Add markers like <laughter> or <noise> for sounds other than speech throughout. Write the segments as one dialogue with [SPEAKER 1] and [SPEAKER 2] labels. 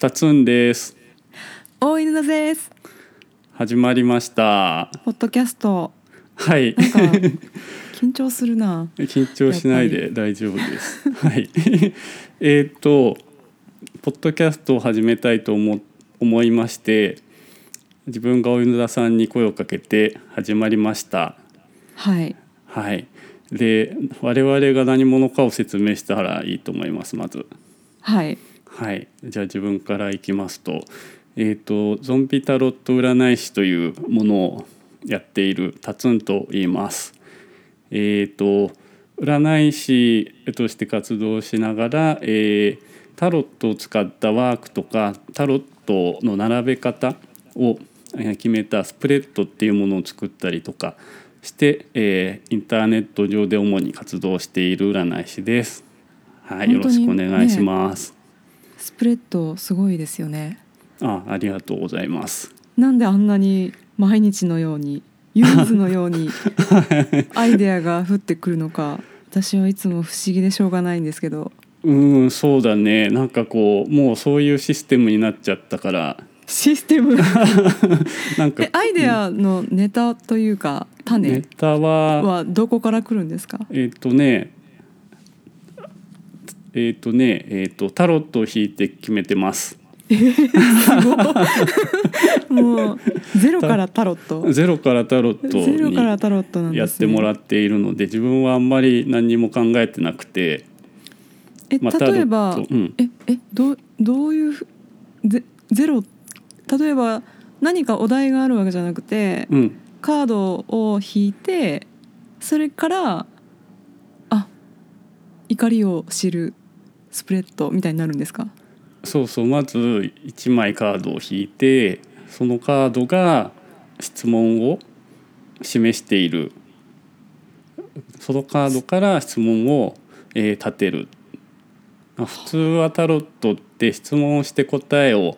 [SPEAKER 1] タツンです
[SPEAKER 2] 大犬田です
[SPEAKER 1] 始まりました
[SPEAKER 2] ポッドキャスト
[SPEAKER 1] はい
[SPEAKER 2] なん
[SPEAKER 1] <laughs>
[SPEAKER 2] か緊張するな
[SPEAKER 1] 緊張しないで大丈夫ですはい <laughs> えっとポッドキャストを始めたいと思思いまして自分がお犬田さんに声をかけて始まりました
[SPEAKER 2] はい
[SPEAKER 1] はいで我々が何者かを説明したらいいと思いますまず
[SPEAKER 2] はい
[SPEAKER 1] はい、じゃあ自分からいきますと,、えー、とゾンビタロット占い師というものをやっているタツンと言います。えー、と占い師として活動しながら、えータロットを使ったワークとかタロットの並べ方をえー決めたスプレッドっていうものを作ったりとかして、えーインターネット上で主に活動している占い師です。はい、よ
[SPEAKER 2] 本当
[SPEAKER 1] ろ
[SPEAKER 2] に
[SPEAKER 1] しくお願いします。
[SPEAKER 2] スプレッドすごいですよね
[SPEAKER 1] あ、ありがとうございます。
[SPEAKER 2] なんであんなに毎日のようにユーズのようにアイデアが降ってくるのか私はいつも不思議でしょうがないんですけど
[SPEAKER 1] うーん、そうだね。なんかこう、もうそういうシステムになっちゃったから、
[SPEAKER 2] システム
[SPEAKER 1] なんか
[SPEAKER 2] えアイデアのネタというか
[SPEAKER 1] ネ
[SPEAKER 2] 種
[SPEAKER 1] タは、
[SPEAKER 2] はどこから来るんですか
[SPEAKER 1] えっ、とね、えっ、とね、えっ、とタロットを引いて決めてます。
[SPEAKER 2] もうゼロからタロット
[SPEAKER 1] ゼロからタロット
[SPEAKER 2] ゼロから
[SPEAKER 1] に
[SPEAKER 2] タロットなんです、ね、
[SPEAKER 1] やってもらっているので、自分はあんまり何にも考えてなくて、
[SPEAKER 2] え、
[SPEAKER 1] まあ
[SPEAKER 2] 例えば、
[SPEAKER 1] タロットうん
[SPEAKER 2] ええどうどういうふゼゼロ例えば何かお題があるわけじゃなくて、
[SPEAKER 1] うん、
[SPEAKER 2] カードを引いてそれからあ怒りを知るスプレッドみたいになるんですか
[SPEAKER 1] そうそうまず1枚カードを引いてそのカードが質問を示しているそのカードから質問を、えー立てるまあ普通はタロットって質問をして答えを、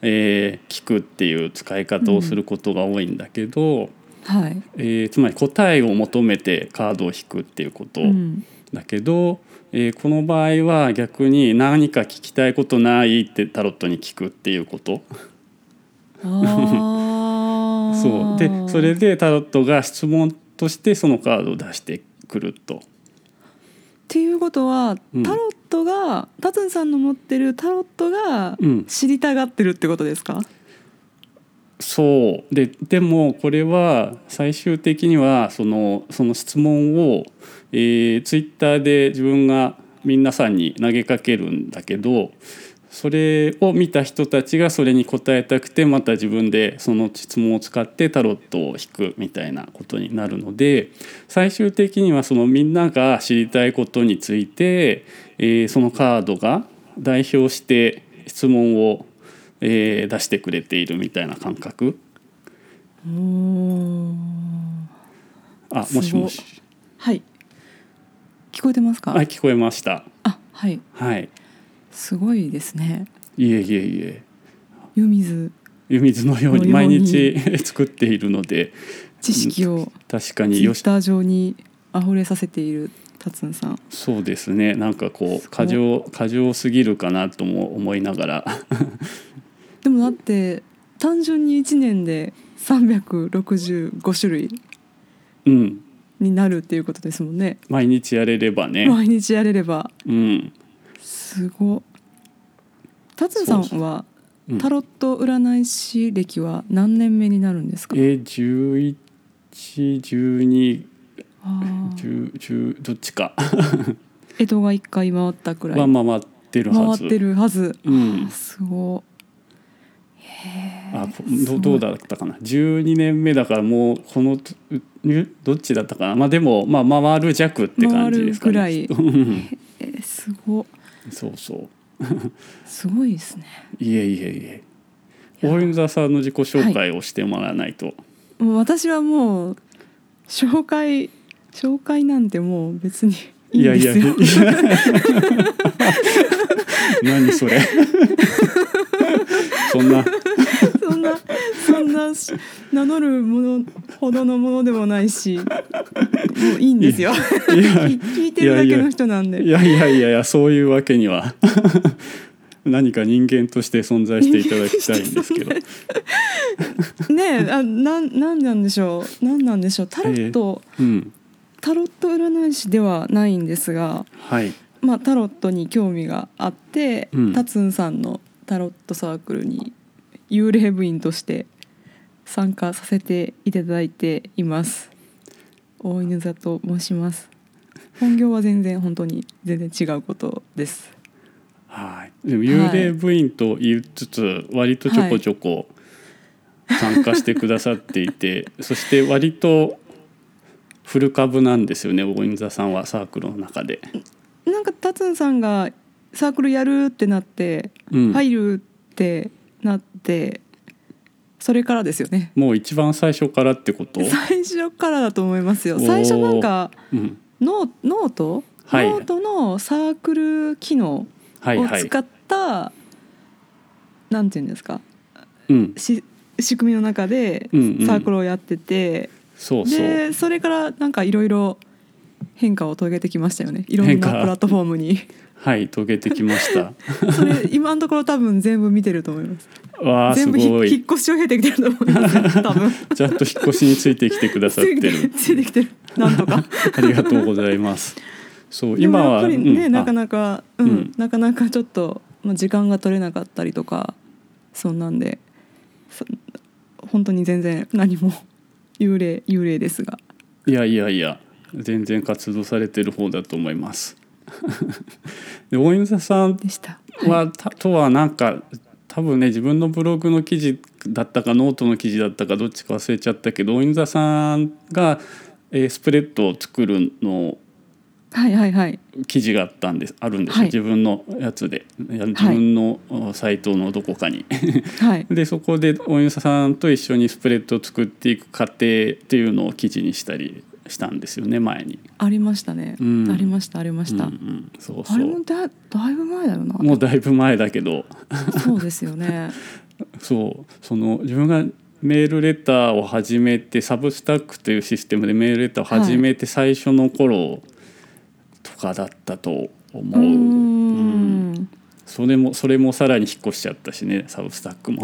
[SPEAKER 1] えー聞くっていう使い方をすることが多いんだけど、
[SPEAKER 2] はい、
[SPEAKER 1] えーつまり答えを求めてカードを引くっていうこと。
[SPEAKER 2] うん、
[SPEAKER 1] だけど、えーこの場合は逆に何か聞きたいことないってタロットに聞くっていうこと
[SPEAKER 2] あ <laughs> ー
[SPEAKER 1] そうでそれでタロットが質問としてそのカードを出してくると
[SPEAKER 2] っていうことは
[SPEAKER 1] うん
[SPEAKER 2] タロットが、タツンさんの持ってるタロットが
[SPEAKER 1] うん
[SPEAKER 2] 知りたがってるってことですか、
[SPEAKER 1] そうででもこれは最終的にはそのその質問を、えー、ツイッターで自分が皆さんに投げかけるんだけどそれを見た人たちがそれに答えたくてまた自分でその質問を使ってタロットを引くみたいなことになるので最終的にはそのみんなが知りたいことについて、えーそのカードが代表して質問を、えー出してくれているみたいな感覚
[SPEAKER 2] おー
[SPEAKER 1] あ
[SPEAKER 2] すご
[SPEAKER 1] もしもし
[SPEAKER 2] はい聞こえてますか
[SPEAKER 1] あ聞こえました
[SPEAKER 2] あはい
[SPEAKER 1] はい
[SPEAKER 2] すごいですね
[SPEAKER 1] いえいえいえ
[SPEAKER 2] 湯水
[SPEAKER 1] 湯水のように
[SPEAKER 2] のよ
[SPEAKER 1] 毎
[SPEAKER 2] うに
[SPEAKER 1] 日 <laughs> 作っているので
[SPEAKER 2] 知識を
[SPEAKER 1] 確か
[SPEAKER 2] ツイ
[SPEAKER 1] によし
[SPEAKER 2] ッター上に溢れさせているタツンさん
[SPEAKER 1] そうですねなんかこ
[SPEAKER 2] す
[SPEAKER 1] う
[SPEAKER 2] ご
[SPEAKER 1] 過
[SPEAKER 2] い
[SPEAKER 1] 剰過剰すぎるかなとも思いながら <laughs>
[SPEAKER 2] でもだって単純に1年で365種類
[SPEAKER 1] うん
[SPEAKER 2] になるっていうことですもんね
[SPEAKER 1] 毎日やれればね、
[SPEAKER 2] 毎日やれれば
[SPEAKER 1] うん、
[SPEAKER 2] すごっタツンさん
[SPEAKER 1] そ
[SPEAKER 2] は
[SPEAKER 1] うん
[SPEAKER 2] タロット占い師歴は何年目になるんですか
[SPEAKER 1] え11、12、
[SPEAKER 2] あー
[SPEAKER 1] 10 10どっちか
[SPEAKER 2] 江戸が一回回ったくらい
[SPEAKER 1] は回ってるはず。
[SPEAKER 2] 回ってるはず、
[SPEAKER 1] うん
[SPEAKER 2] すご
[SPEAKER 1] あこ
[SPEAKER 2] すご
[SPEAKER 1] ど
[SPEAKER 2] い
[SPEAKER 1] どうだったかな12年目だからもうこのうどっちだったかなまあでもまあ回る弱って感じですかね。
[SPEAKER 2] 回る
[SPEAKER 1] きっと <laughs> うん
[SPEAKER 2] えーすご
[SPEAKER 1] そうそう
[SPEAKER 2] すごいですね
[SPEAKER 1] いえいえいえ大泉田さんの自己紹介をしてもらわないと、
[SPEAKER 2] もう私はもう紹介紹介なんてもう別にいいんですよ
[SPEAKER 1] <laughs> 何それ <laughs> そんな
[SPEAKER 2] そんなそんなし名乗るものほどのものでもないしもういいんですよ
[SPEAKER 1] いや
[SPEAKER 2] 聞いてるだけの人なんで
[SPEAKER 1] いやいやいやいやそういうわけには <laughs> 何か人間として存在していただきたいんですけど
[SPEAKER 2] ねえあなんなんなんでしょうなんなんでしょうタロット、
[SPEAKER 1] うん
[SPEAKER 2] タロット占い師ではないんですが、
[SPEAKER 1] はい
[SPEAKER 2] まあ、タロットに興味があって、
[SPEAKER 1] うん
[SPEAKER 2] タツンさんのタロットサークルに幽霊部員として参加させていただいています大犬座と申します本業は全然本当に全然違うことです
[SPEAKER 1] はいでも幽霊部員と言いつつ、割とちょこちょこ参加してくださっていて、そして割と古株なんですよね大院座さんはサークルの中で。
[SPEAKER 2] なんかタツンさんがサークルやるってなって
[SPEAKER 1] うん
[SPEAKER 2] 入るってなってそれからですよね
[SPEAKER 1] もう一番最初からってこと、
[SPEAKER 2] 最初からだと思いますよ
[SPEAKER 1] おー
[SPEAKER 2] 最初なんか
[SPEAKER 1] うん、
[SPEAKER 2] ノノート、
[SPEAKER 1] はい
[SPEAKER 2] ノートのサークル機能
[SPEAKER 1] はい
[SPEAKER 2] を
[SPEAKER 1] はい
[SPEAKER 2] 使。った、なんていうんですか
[SPEAKER 1] うん、
[SPEAKER 2] し仕組みの中で
[SPEAKER 1] うんうん
[SPEAKER 2] サークルをやってて、
[SPEAKER 1] そうそう。
[SPEAKER 2] でそれからなんかいろいろ変化を遂げてきましたよねいろん
[SPEAKER 1] 変
[SPEAKER 2] な
[SPEAKER 1] 化
[SPEAKER 2] プラットフォー
[SPEAKER 1] <laughs>
[SPEAKER 2] ムに
[SPEAKER 1] はい遂げてきま
[SPEAKER 2] <laughs>
[SPEAKER 1] した。
[SPEAKER 2] それ今のところ多分全部見てると思います
[SPEAKER 1] わあす
[SPEAKER 2] 全部ひ
[SPEAKER 1] ご
[SPEAKER 2] 引っ
[SPEAKER 1] い。
[SPEAKER 2] 越しを経てきてると思います多
[SPEAKER 1] <laughs>
[SPEAKER 2] 分
[SPEAKER 1] ちゃんと引っ越しについてきてくださ
[SPEAKER 2] つ
[SPEAKER 1] っ
[SPEAKER 2] い
[SPEAKER 1] て
[SPEAKER 2] て
[SPEAKER 1] る
[SPEAKER 2] <laughs> る。ついてきてるなんとか
[SPEAKER 1] ありがとうございます。そう
[SPEAKER 2] でも
[SPEAKER 1] 今は
[SPEAKER 2] やっぱりね、
[SPEAKER 1] うん
[SPEAKER 2] なかなか、うん
[SPEAKER 1] うん
[SPEAKER 2] なかなかちょっと、まあ、時間が取れなかったりとかそんなんでそ本当に全然何も <laughs> 幽霊幽霊ですが
[SPEAKER 1] いやいやいや全然活動されてる方だと思います。 <laughs> で大泉さん
[SPEAKER 2] でした。
[SPEAKER 1] はたとはなんか多分ね自分のブログの記事だったかノートの記事だったかどっちか忘れちゃったけど大泉さんが、えースプレッドを作るの
[SPEAKER 2] はいはいはい
[SPEAKER 1] 記事があったんですあるんですよ、
[SPEAKER 2] はい
[SPEAKER 1] 自分のやつでいや自分のおサイトのどこかに。 <laughs>
[SPEAKER 2] はい
[SPEAKER 1] でそこで大泉さんと一緒にスプレッドを作っていく過程っていうのを記事にしたりしたんですよね前に。
[SPEAKER 2] ありましたね、
[SPEAKER 1] うん
[SPEAKER 2] ありましたありました、
[SPEAKER 1] うんうん、そうそ
[SPEAKER 2] あれも
[SPEAKER 1] う
[SPEAKER 2] だだいぶ前だよな
[SPEAKER 1] もうだいぶ前だけど
[SPEAKER 2] そうです
[SPEAKER 1] <laughs>
[SPEAKER 2] よね
[SPEAKER 1] そうその自分がメールレターを始めてサブスタックというシステムでメールレターを始めて最初の頃とかだったと思
[SPEAKER 2] う
[SPEAKER 1] う、
[SPEAKER 2] ー
[SPEAKER 1] うん
[SPEAKER 2] ん
[SPEAKER 1] それもそれもさらに引っ越しちゃったしねサブスタックも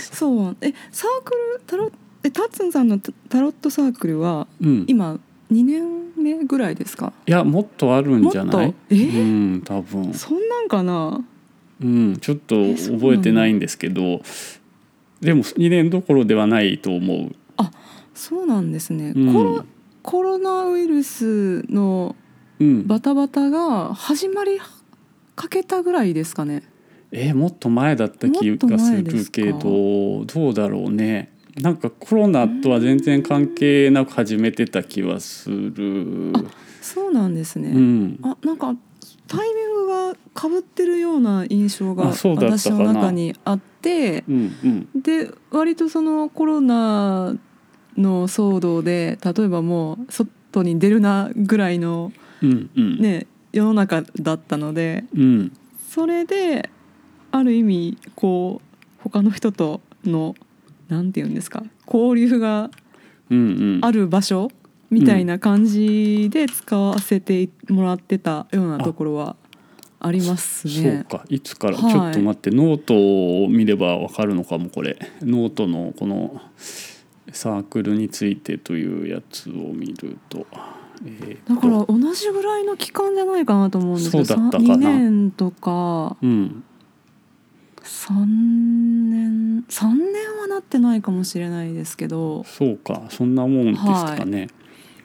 [SPEAKER 2] そうえサークルタロえタッツンさんのタタロットサークルは
[SPEAKER 1] うんい
[SPEAKER 2] 今2年目ぐらいですか
[SPEAKER 1] やもっとあるんじゃない
[SPEAKER 2] もっとえー
[SPEAKER 1] うん多分
[SPEAKER 2] そんなんかな
[SPEAKER 1] うん、ちょっと覚えてないんですけどでも2年どころではないと思う。
[SPEAKER 2] そうなんですね、
[SPEAKER 1] うん
[SPEAKER 2] コロコロナウイルスの
[SPEAKER 1] うん、
[SPEAKER 2] バタバタが始まりかけたぐらいですかね
[SPEAKER 1] えーもっと前だった気がするけ
[SPEAKER 2] もっと
[SPEAKER 1] どどうだろうねなんかコロナとは全然関係なく始めてた気はする
[SPEAKER 2] あそうなんですね、
[SPEAKER 1] うん
[SPEAKER 2] あなんかタイミングがかぶってるような印象が
[SPEAKER 1] あそうだったかな
[SPEAKER 2] 私の中にあって
[SPEAKER 1] うんうん
[SPEAKER 2] で割とそのコロナの騒動で例えばもう外に出るなぐらいの
[SPEAKER 1] うんうん
[SPEAKER 2] ね世の中だったので
[SPEAKER 1] うん
[SPEAKER 2] それである意味こう他の人とのなんて言うんですか交流が
[SPEAKER 1] うんうん
[SPEAKER 2] ある場所みたいな感じで使わせてもらってたようなところはあります
[SPEAKER 1] そう
[SPEAKER 2] ね。
[SPEAKER 1] かいつから、
[SPEAKER 2] はい
[SPEAKER 1] ちょっと待ってノートを見ればわかるのかもこれノートのこのサークルについてというやつを見ると,、えーっと
[SPEAKER 2] だから同じぐらいの期間じゃないかなと思うんですけど
[SPEAKER 1] そうだったかな
[SPEAKER 2] 2年とか
[SPEAKER 1] うん
[SPEAKER 2] 3年3年はなってないかもしれないですけど
[SPEAKER 1] そうかそんなもんでしたかね、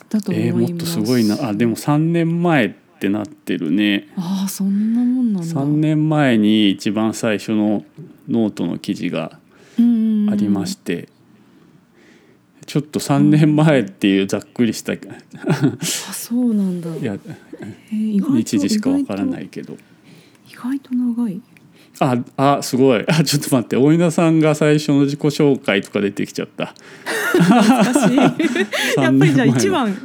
[SPEAKER 2] だと思い
[SPEAKER 1] えー
[SPEAKER 2] ます、
[SPEAKER 1] もっとすごいなあでも3年前ってなってるね
[SPEAKER 2] ああそんなもんなんだ
[SPEAKER 1] 3年前に一番最初のノートの記事がありましてて、ちょっと3年前っていうざっくりした、い
[SPEAKER 2] あそうなんだ
[SPEAKER 1] や
[SPEAKER 2] えー意外と
[SPEAKER 1] 日時しかわからないけど
[SPEAKER 2] 意外と意外と
[SPEAKER 1] <laughs>
[SPEAKER 2] 長い
[SPEAKER 1] ああすごいあちょっと待って大稲さんが最初の自己紹介とか出てきちゃった
[SPEAKER 2] 私やっぱりじゃあ一
[SPEAKER 1] の
[SPEAKER 2] 番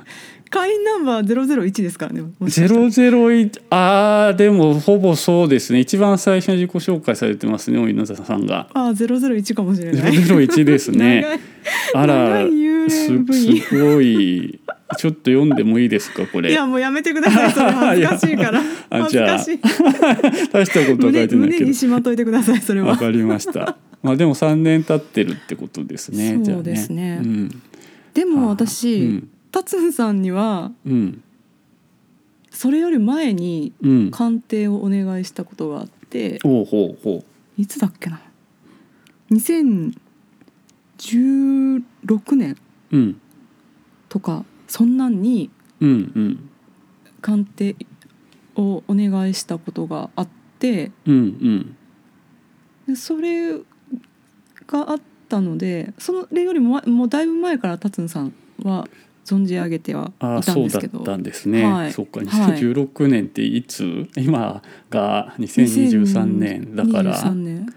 [SPEAKER 2] 会員ナンバーゼロゼロ一ですからね。もし
[SPEAKER 1] ゼ
[SPEAKER 2] かしたら
[SPEAKER 1] ロゼロいあーでもほぼそうですね一番最初に自己紹介されてますね大稲さんが
[SPEAKER 2] ああゼロゼロ一かもしれない。
[SPEAKER 1] 001ですね
[SPEAKER 2] 長い
[SPEAKER 1] あら
[SPEAKER 2] 長い幽霊
[SPEAKER 1] す
[SPEAKER 2] 部員
[SPEAKER 1] すごいちょっと読んでもいいですかこ
[SPEAKER 2] い
[SPEAKER 1] れ
[SPEAKER 2] やもうやめてく
[SPEAKER 1] <laughs>
[SPEAKER 2] ださいそれ恥ずかしいから恥ずかしい
[SPEAKER 1] 大したことは書
[SPEAKER 2] 胸
[SPEAKER 1] いてない
[SPEAKER 2] 胸
[SPEAKER 1] け
[SPEAKER 2] に
[SPEAKER 1] ど
[SPEAKER 2] しまっといてくださいそれ
[SPEAKER 1] わ
[SPEAKER 2] は
[SPEAKER 1] かりましたまあでも3年経ってるってことですねじゃあ
[SPEAKER 2] そうですね
[SPEAKER 1] うん
[SPEAKER 2] でも
[SPEAKER 1] う
[SPEAKER 2] 私
[SPEAKER 1] ん
[SPEAKER 2] タツンさんには
[SPEAKER 1] うん
[SPEAKER 2] それより前に
[SPEAKER 1] うん
[SPEAKER 2] 鑑定をお願いしたことがあって
[SPEAKER 1] ほうほうほ
[SPEAKER 2] いつだっけな2016年
[SPEAKER 1] ううん
[SPEAKER 2] とかそんなんに
[SPEAKER 1] うんうん
[SPEAKER 2] 鑑定をお願いしたことがあって
[SPEAKER 1] うん
[SPEAKER 2] でそれがあったのでそれよりも前もうだいぶ前から達也さんは存じ上げては
[SPEAKER 1] うんあ
[SPEAKER 2] い
[SPEAKER 1] あ
[SPEAKER 2] た
[SPEAKER 1] そう
[SPEAKER 2] んです
[SPEAKER 1] だ
[SPEAKER 2] けど
[SPEAKER 1] ったんですね、
[SPEAKER 2] はい
[SPEAKER 1] そっか
[SPEAKER 2] はい
[SPEAKER 1] 2016年っていつ、今が2023年だから
[SPEAKER 2] 2023年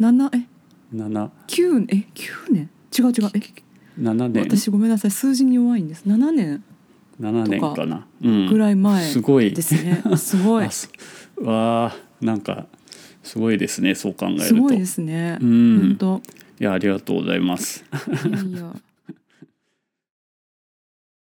[SPEAKER 2] 7え
[SPEAKER 1] 77
[SPEAKER 2] 9え9年違う違うえ
[SPEAKER 1] 年
[SPEAKER 2] 私ごめんなさい数字に弱いんです7年
[SPEAKER 1] 7年かなうん
[SPEAKER 2] ぐらい前
[SPEAKER 1] すごい
[SPEAKER 2] ですね、すごい
[SPEAKER 1] あそわあなんかすごいですねそう考えると
[SPEAKER 2] すごいですね、
[SPEAKER 1] うん
[SPEAKER 2] 本
[SPEAKER 1] いやありがとうござざいます
[SPEAKER 2] 当いやいや